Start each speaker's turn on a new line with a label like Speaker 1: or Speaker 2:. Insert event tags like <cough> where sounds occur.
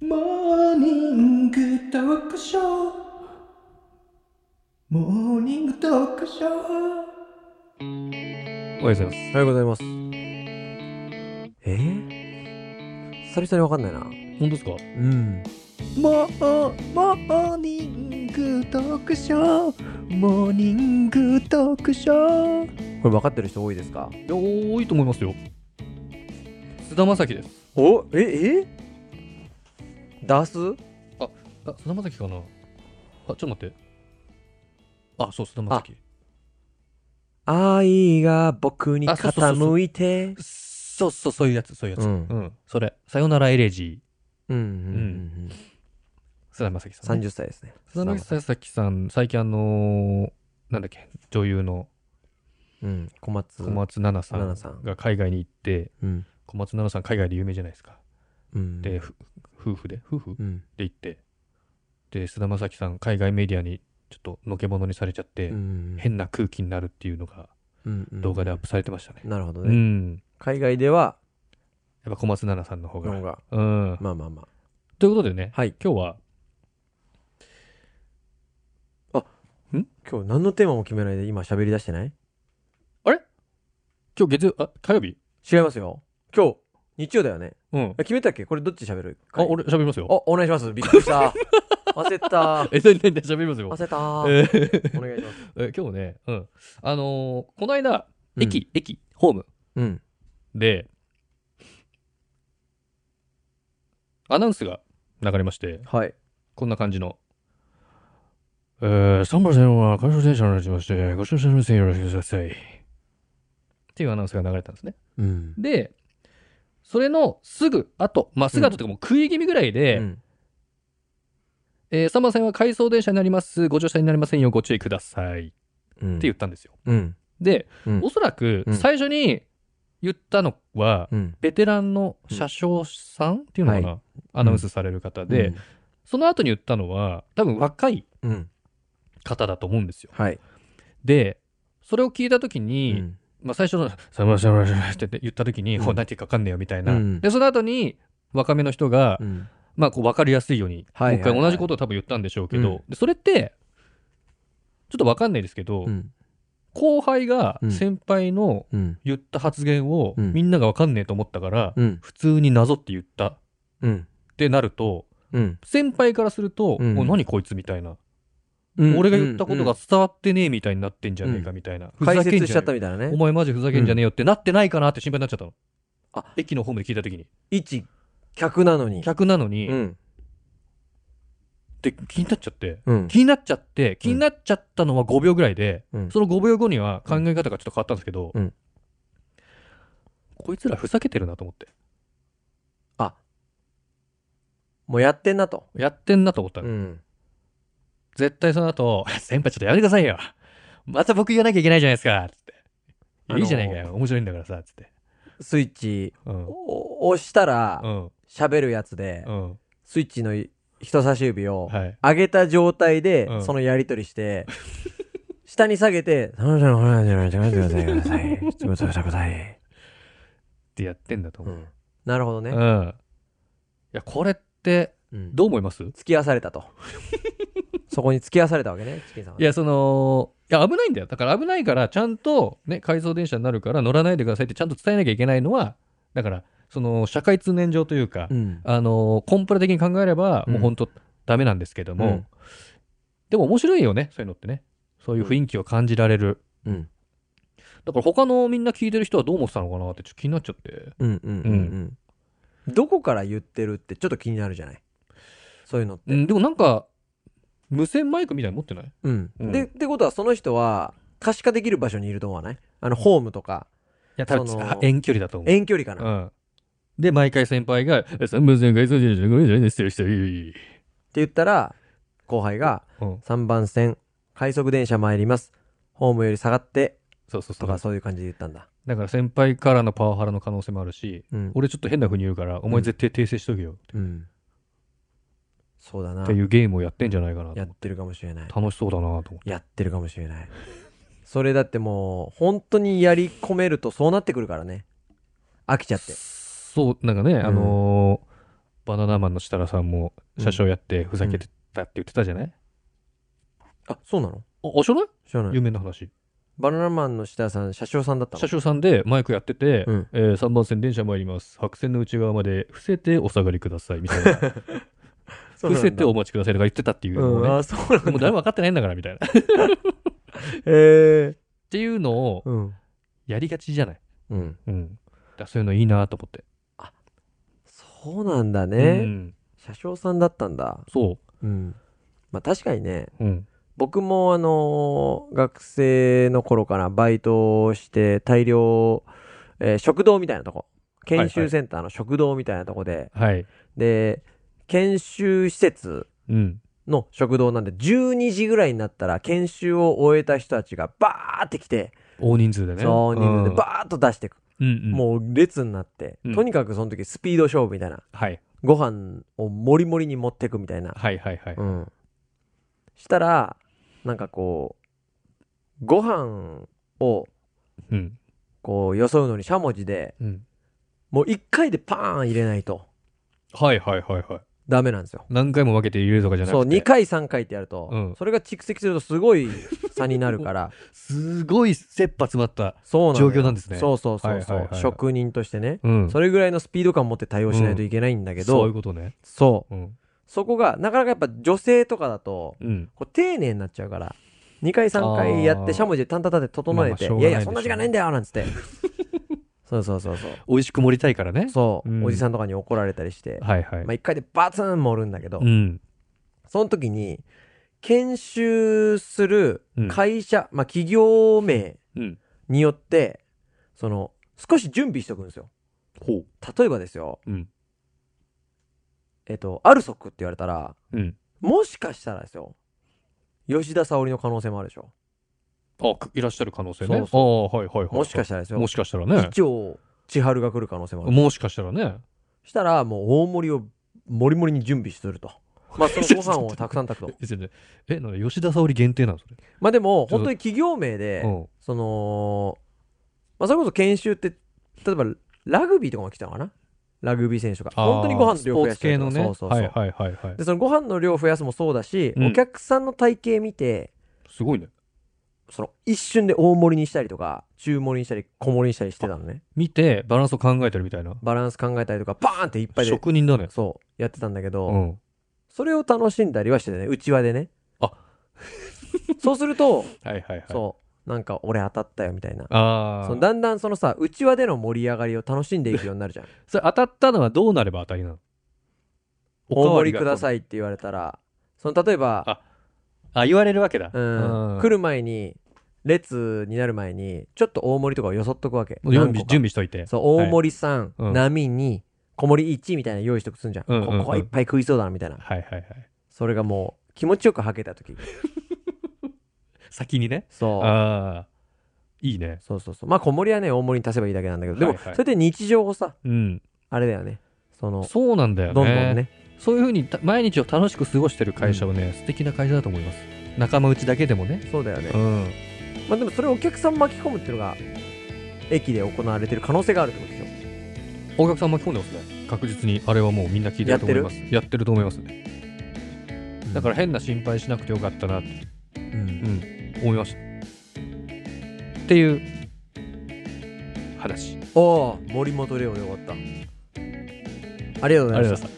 Speaker 1: モーニングトークショーモーニングトークショー
Speaker 2: おはようございます。
Speaker 3: おはようございます。えー、久々にわかんないな。
Speaker 2: 本当ですか
Speaker 3: うん。
Speaker 1: モーモーニングトークショーモーニングトークショー
Speaker 3: これ分かってる人多いですか
Speaker 2: いや、多いと思いますよ。菅田将暉です。
Speaker 3: おえ、え
Speaker 2: あ、
Speaker 3: 出す
Speaker 2: 菅田将暉かなあ、ちょっと待って。あ、そう、菅田将暉。
Speaker 3: 愛が僕に
Speaker 2: あそうそうそうそう
Speaker 3: 傾いて。
Speaker 2: そうそう、そういうやつ、そういうやつ。
Speaker 3: う
Speaker 2: うんん。それ。さよならエレジ
Speaker 3: うんうんうんうん。
Speaker 2: ー、菅田将暉さん、ね。
Speaker 3: 30歳ですね。
Speaker 2: 菅田将暉さん、最近あのー、なんだっけ、女優の
Speaker 3: うん。小松。
Speaker 2: 小松菜奈さ
Speaker 3: 菜奈
Speaker 2: ん
Speaker 3: さん。
Speaker 2: が海外に行って、
Speaker 3: うん。
Speaker 2: 小松菜奈さん海外で有名じゃないですか。
Speaker 3: うん。
Speaker 2: で、ふ夫婦で、夫婦
Speaker 3: うん。
Speaker 2: で行って、で、菅田将暉さん、海外メディアにちょっとのけ者にされちゃって、
Speaker 3: うん。
Speaker 2: 変な空気になるっていうのが
Speaker 3: うん
Speaker 2: 動画でアップされてましたね。
Speaker 3: なるほど
Speaker 2: うん。
Speaker 3: ね。海外では、
Speaker 2: やっぱ小松菜奈さんの方
Speaker 3: の
Speaker 2: が。
Speaker 3: 方が、
Speaker 2: うん。
Speaker 3: まあまあま
Speaker 2: ということでね、
Speaker 3: あ。はい。
Speaker 2: 今日は、
Speaker 3: 今日何のテーマも決めないで今喋り出してない
Speaker 2: 今日月曜、あ、火曜日
Speaker 3: 違いますよ。今日、日曜だよね。
Speaker 2: うん。
Speaker 3: え決めたっけこれどっち喋る
Speaker 2: あ、俺喋りますよ。
Speaker 3: お、お願いします。びっくり <laughs> した。焦った。
Speaker 2: え、何何何喋りますよ。
Speaker 3: 焦った。お
Speaker 2: え
Speaker 3: 願い
Speaker 2: ー
Speaker 3: します。
Speaker 2: え今日ね、うん。あのーこの間、
Speaker 3: うん
Speaker 2: 駅、駅、ホーム
Speaker 3: うん。
Speaker 2: で、アナウンスが流れまして、
Speaker 3: はい。
Speaker 2: こんな感じの。えー、3番線は快速電車になりまして、ご乗車の運転よろしくください。っていうアナウンスが流れたんですね。
Speaker 3: うん。
Speaker 2: で、それのすぐ後、まあ、すぐ後というかもう食い気味ぐらいで、
Speaker 3: うん
Speaker 2: えー、3番線は回送電車になります。ご乗車になりませんよ。ご注意ください。って
Speaker 3: うん。
Speaker 2: 言ったんですよ。
Speaker 3: うん。
Speaker 2: で、
Speaker 3: うん
Speaker 2: おそらく
Speaker 3: うん
Speaker 2: 最初に言ったのは、
Speaker 3: うん。
Speaker 2: ベテランの車掌さんっていうのかな、
Speaker 3: は
Speaker 2: アナウンスされる方で、その後に言ったのは、多分若い
Speaker 3: うん、うん。
Speaker 2: 方だと思うんですよ。
Speaker 3: はい。
Speaker 2: で、それを聞いたとき
Speaker 3: う
Speaker 2: に、
Speaker 3: ん
Speaker 2: まあ最初の、さまさまさまって言ったときに、
Speaker 3: うん
Speaker 2: ほう何て言うかわかんねえよみたいな。
Speaker 3: うん
Speaker 2: で、その後に、若めの人が、
Speaker 3: うん。
Speaker 2: まあこう分かりやすいように、
Speaker 3: はいはい
Speaker 2: も
Speaker 3: はい
Speaker 2: う一回同じことを多分言ったんでしょうけど、
Speaker 3: うん
Speaker 2: でそれって、ちょっと分かんないですけど、
Speaker 3: うん。
Speaker 2: 後輩が
Speaker 3: うん
Speaker 2: 先輩の
Speaker 3: うん。
Speaker 2: 言った発言を
Speaker 3: うん
Speaker 2: みんなが分かんねえと思ったから、
Speaker 3: うん。
Speaker 2: 普通になぞって言ったっ
Speaker 3: うん。
Speaker 2: てなると、
Speaker 3: うん。
Speaker 2: 先輩からすると、
Speaker 3: うん
Speaker 2: おい何こいつみたいな、
Speaker 3: うん
Speaker 2: 俺が言ったことが、伝わってねえみたいになってんじゃねえかみたいな。
Speaker 3: うん
Speaker 2: ふざ
Speaker 3: 解
Speaker 2: けんじゃねえ
Speaker 3: 説しちゃったみたいな
Speaker 2: お
Speaker 3: ね。
Speaker 2: 前マジふざけんじゃねえよってなってないかなって心配になっちゃったの。
Speaker 3: あ
Speaker 2: 駅のホームで聞いたときに。
Speaker 3: 一客なのに。
Speaker 2: 客なのに、
Speaker 3: う
Speaker 2: っ
Speaker 3: ん。
Speaker 2: て気になっちゃって、
Speaker 3: うん。
Speaker 2: 気になっちゃって、気になっちゃったのは5秒ぐらいで、
Speaker 3: うん
Speaker 2: その5秒後には考え方がちょっと変わったんですけど、
Speaker 3: うん
Speaker 2: こいつらふざけてるなと思って。
Speaker 3: もうやってんなと。
Speaker 2: やってんなと思ったの、
Speaker 3: うん。
Speaker 2: 絶対その後、 <laughs> 先輩ちょっとやめてくださいよ。また僕言わなきゃいけないじゃないですか。つって。い
Speaker 3: あ
Speaker 2: や
Speaker 3: のー
Speaker 2: いいじゃないかよ。面白いんだからさ。つって。
Speaker 3: スイッチ
Speaker 2: うん。う
Speaker 3: を押したら、
Speaker 2: ん。
Speaker 3: 喋るやつで
Speaker 2: う、ん。
Speaker 3: スイッチの人差し指を、
Speaker 2: はい。
Speaker 3: 上げた状態で
Speaker 2: う、ん
Speaker 3: そのやりとりして、下に下げて、その人の話じゃない、じゃない、じゃない、じゃない、じゃない、仕事をしてください。
Speaker 2: ってやってんだと
Speaker 3: う
Speaker 2: 思う。
Speaker 3: んなるほど
Speaker 2: う
Speaker 3: ね
Speaker 2: ん。。いや、これって、
Speaker 3: うん
Speaker 2: どう思います
Speaker 3: 付き合わされた
Speaker 2: <laughs>
Speaker 3: と。そこに付き合わされたわけね、チキンさんは。
Speaker 2: いや、その、いや、危ないんだよ。だから危ないから、ちゃんと、ね、改造電車になるから乗らないでくださいってちゃんと伝えなきゃいけないのは、だから、その、社会通念上というか、
Speaker 3: うん。
Speaker 2: あの、コンプラ的に考えれば、
Speaker 3: うん
Speaker 2: もう本当ダメなんですけども、
Speaker 3: うん
Speaker 2: でも面白いよね、そういうのってね。そういう雰囲気を感じられる。
Speaker 3: うん。
Speaker 2: だから他のみんな聞いてる人はどう思ってたのかなってちょっと気になっちゃって。
Speaker 3: うん。うん。うん。うん。どこから言ってるってちょっと気になるじゃないそういうのっ
Speaker 2: う
Speaker 3: て。
Speaker 2: ん、でもなんか、無線マイクみたいに持ってない
Speaker 3: うん。
Speaker 2: うん
Speaker 3: で、ってことはその人は、可視化できる場所にいると思わないあの、ホームとか、
Speaker 2: いや、
Speaker 3: 多
Speaker 2: 多
Speaker 3: 分
Speaker 2: 分あ遠距離だと思う。
Speaker 3: 遠距離かなっ
Speaker 2: うん。で、毎回先輩が、え三分線回数じゃない、ごめんなさいね、失礼してる。
Speaker 3: て言ったら、後輩が、
Speaker 2: うん。
Speaker 3: 3番線、快速電車参ります。ホームより下がって、
Speaker 2: そうそうそ
Speaker 3: と
Speaker 2: う。
Speaker 3: かそういう感じで言ったんだ。
Speaker 2: だから先輩からのパワハラの可能性もあるし、
Speaker 3: うん。
Speaker 2: 俺ちょっと変な風に言うから、お前絶対訂正しとけよ。
Speaker 3: うん。そうだな
Speaker 2: って。いうゲームをやってんじゃないかなと
Speaker 3: や
Speaker 2: 思
Speaker 3: ってるかもしれない
Speaker 2: っ。て。楽しそうだなと思って。
Speaker 3: やってるかもしれない。それだってもう、本当にやり込めるとそうなってくるからね。飽きちゃって。
Speaker 2: そう、なんかね、
Speaker 3: ん
Speaker 2: あのーバナナマンの設楽さんも車掌やってふざけてたって言ってたじゃない、
Speaker 3: あ、そうなの
Speaker 2: あ、あ、知らない
Speaker 3: 知らない
Speaker 2: 有。名な話。
Speaker 3: バナナマンの下田さん、車掌さんだったの
Speaker 2: 車掌さんでマイクやってて、
Speaker 3: うん
Speaker 2: え3番線電車参ります。白線の内側まで伏せてお下がりください、みたいな。
Speaker 3: そう
Speaker 2: 伏
Speaker 3: なんだ
Speaker 2: せてお待ちくださいとか言ってたっていうのを
Speaker 3: う
Speaker 2: ね。
Speaker 3: ん、あ、そうな
Speaker 2: で
Speaker 3: んだ。
Speaker 2: も誰も分かってないんだから、みたいな。っ
Speaker 3: え
Speaker 2: ていうのを
Speaker 3: ー。うん。
Speaker 2: やりがちじゃない。
Speaker 3: うん。
Speaker 2: うん。だからそういうのいいなと思って。
Speaker 3: そうなんだ
Speaker 2: う
Speaker 3: ね。
Speaker 2: ん、
Speaker 3: 車掌さんだったんだ。
Speaker 2: そ
Speaker 3: うん。まあ確かにね、
Speaker 2: う。うん。
Speaker 3: 僕もあのー学生の頃からバイトをして大量、えー食堂みたいなとこ研修センターの食堂みたいなとこで、
Speaker 2: はい。
Speaker 3: で研修施設
Speaker 2: うん。
Speaker 3: の食堂なんで12時ぐらいになったら研修を終えた人たちがバーって来て、
Speaker 2: 大人数でね。
Speaker 3: そう人数で
Speaker 2: うん
Speaker 3: バーっと出してく、
Speaker 2: うんうん。
Speaker 3: もう列になって、
Speaker 2: うん
Speaker 3: とにかくその時スピード勝負みたいな
Speaker 2: はい。
Speaker 3: ご飯をもりもりに持ってくみたいな
Speaker 2: はいはいはい。
Speaker 3: うん。したら、なんかこう、ご飯を
Speaker 2: うん。
Speaker 3: こう、よそうのにしゃもじで、
Speaker 2: うん。
Speaker 3: もう一回でパーン入れないと
Speaker 2: はいはいはいはい。
Speaker 3: ダメなんですよ。
Speaker 2: 何回も分けて入れるとかじゃなくて。
Speaker 3: そう、2回3回ってやると、
Speaker 2: うん
Speaker 3: それが蓄積するとすごい差になる
Speaker 2: <laughs>
Speaker 3: から、
Speaker 2: すごい切羽詰まった。
Speaker 3: そうなのよ
Speaker 2: 状況なんですね
Speaker 3: そうそうそうそう、
Speaker 2: はいはいはい
Speaker 3: 職人としてね。
Speaker 2: うん。
Speaker 3: それぐらいのスピード感を持って対応しないといけないんだけど、
Speaker 2: そういうことね。
Speaker 3: そう。
Speaker 2: うん。
Speaker 3: そこが、なかなかやっぱ女性とかだと、
Speaker 2: うん。
Speaker 3: こう丁寧になっちゃうから2回3回やっ
Speaker 2: あー
Speaker 3: てしゃもじでタンタタで整え
Speaker 2: まあまあ
Speaker 3: て「
Speaker 2: しょうが
Speaker 3: い
Speaker 2: ない
Speaker 3: やいやそんな時間ないんだよ」な
Speaker 2: <laughs>
Speaker 3: んつってそうそうそうそう
Speaker 2: 美味しく盛りたいからね。
Speaker 3: そう、
Speaker 2: うん
Speaker 3: おじさんとかに怒られたりして、
Speaker 2: はいはい。
Speaker 3: まあ、1回でバツン盛るんだけど、
Speaker 2: うん。
Speaker 3: その時に研修する
Speaker 2: うん
Speaker 3: 会社、まあ、企業名
Speaker 2: うん。
Speaker 3: によってその少し準備しておくんですよ
Speaker 2: ほう。
Speaker 3: 例えばですよ
Speaker 2: うん。
Speaker 3: えっ、とアルソックって言われたら
Speaker 2: うん。
Speaker 3: もしかしたらですよ吉田沙保里の可能性もあるでしょ
Speaker 2: あ、くいらっしゃる可能性ね。
Speaker 3: そ
Speaker 2: あ
Speaker 3: う
Speaker 2: あ、はいはいはい。
Speaker 3: もしか
Speaker 2: し
Speaker 3: したらです
Speaker 2: た
Speaker 3: よ
Speaker 2: もしかしたらね
Speaker 3: 議。長千春が来る可能性もある
Speaker 2: もしかしたらね。
Speaker 3: したらもう大盛りをもりもりに準備するとま <laughs> あそのご飯をたくさん炊 <laughs> くと
Speaker 2: え、ね、えなんか吉田沙保里限定なのそれ。
Speaker 3: まあでも本当に企業名で
Speaker 2: うん。
Speaker 3: そのまあそれこそ研修って例えばラグビーとかも来たのかなラグビー選手が
Speaker 2: あー
Speaker 3: 本当にご飯の
Speaker 2: ス
Speaker 3: 量
Speaker 2: ポ
Speaker 3: 増
Speaker 2: ー
Speaker 3: や
Speaker 2: ツ
Speaker 3: したり
Speaker 2: 系
Speaker 3: と
Speaker 2: の
Speaker 3: か
Speaker 2: ね。
Speaker 3: そうそうそう、
Speaker 2: はいはいはいはい
Speaker 3: で。そのご飯の量増やすもそうだし、
Speaker 2: うん
Speaker 3: お客さんの体型見て
Speaker 2: すごいね。
Speaker 3: その一瞬で大盛りにしたりとか中盛りにしたり小盛りにしたりしてたのね
Speaker 2: 見て、バランスを考えてるみたいな。
Speaker 3: バランス考えたりとかバーンっていっぱいで
Speaker 2: 職人だね。
Speaker 3: そうやってたんだけど、
Speaker 2: うん。
Speaker 3: それを楽しんだりはしてたね、うちわでね。
Speaker 2: あ
Speaker 3: <laughs> そうすると、
Speaker 2: はいはいはい。
Speaker 3: そう、なんか俺当たったよみたいな。
Speaker 2: あ
Speaker 3: そ
Speaker 2: あ。
Speaker 3: のだんだんそのさ、うちわでの盛り上がりを楽しんでいくように
Speaker 2: <laughs>
Speaker 3: なるじゃん。
Speaker 2: それ当たったのはどうなれば当たりなの
Speaker 3: お盛りくだ
Speaker 2: い。
Speaker 3: さいって言われたら、その例えば、
Speaker 2: あ、言われるわけだ。
Speaker 3: うん、来る前に、列になる前に、ちょっと大盛りとかをよそっとくわけ。
Speaker 2: 準備
Speaker 3: 何個か
Speaker 2: 準備しといて。
Speaker 3: そう、大盛り3、
Speaker 2: はいうん
Speaker 3: 並に、小盛り1みたいなの用意しとくすんじゃん。
Speaker 2: うんうんうん
Speaker 3: ここはいっぱい食いそうだなみたいな。
Speaker 2: はいはいはい。
Speaker 3: それがもう、気持ちよくはけた時。
Speaker 2: 先にね。
Speaker 3: そう。
Speaker 2: ああ。いいね。
Speaker 3: そうそうそう。まあ、小盛りはね、大盛りに足せばいいだけなんだけど、でも、
Speaker 2: はいはい
Speaker 3: それで日常をさ、
Speaker 2: うん。
Speaker 3: あれだよね。その、
Speaker 2: そうなんだよ
Speaker 3: ど
Speaker 2: ね。
Speaker 3: んどんね。
Speaker 2: そういうふうにた毎日を楽しく過ごしてる会社はね、素敵な会社だと思います。仲間内だけでもね。
Speaker 3: そうだよね
Speaker 2: う。ん。
Speaker 3: まあ、でもそれをお客さん巻き込むっていうのが、駅で行われてる可能性があるってことですよ。
Speaker 2: お客さん巻き込んでますね。確実に、あれはもうみんな聞いてると思います。やってると思いますね。だから変な心配しなくてよかったなって、
Speaker 3: うん、
Speaker 2: うん、思いました。っていう話。
Speaker 3: おお森本レオで終わった。ありがとうご
Speaker 2: ありがとうござい
Speaker 3: ざいまし
Speaker 2: ま
Speaker 3: た
Speaker 2: し。た。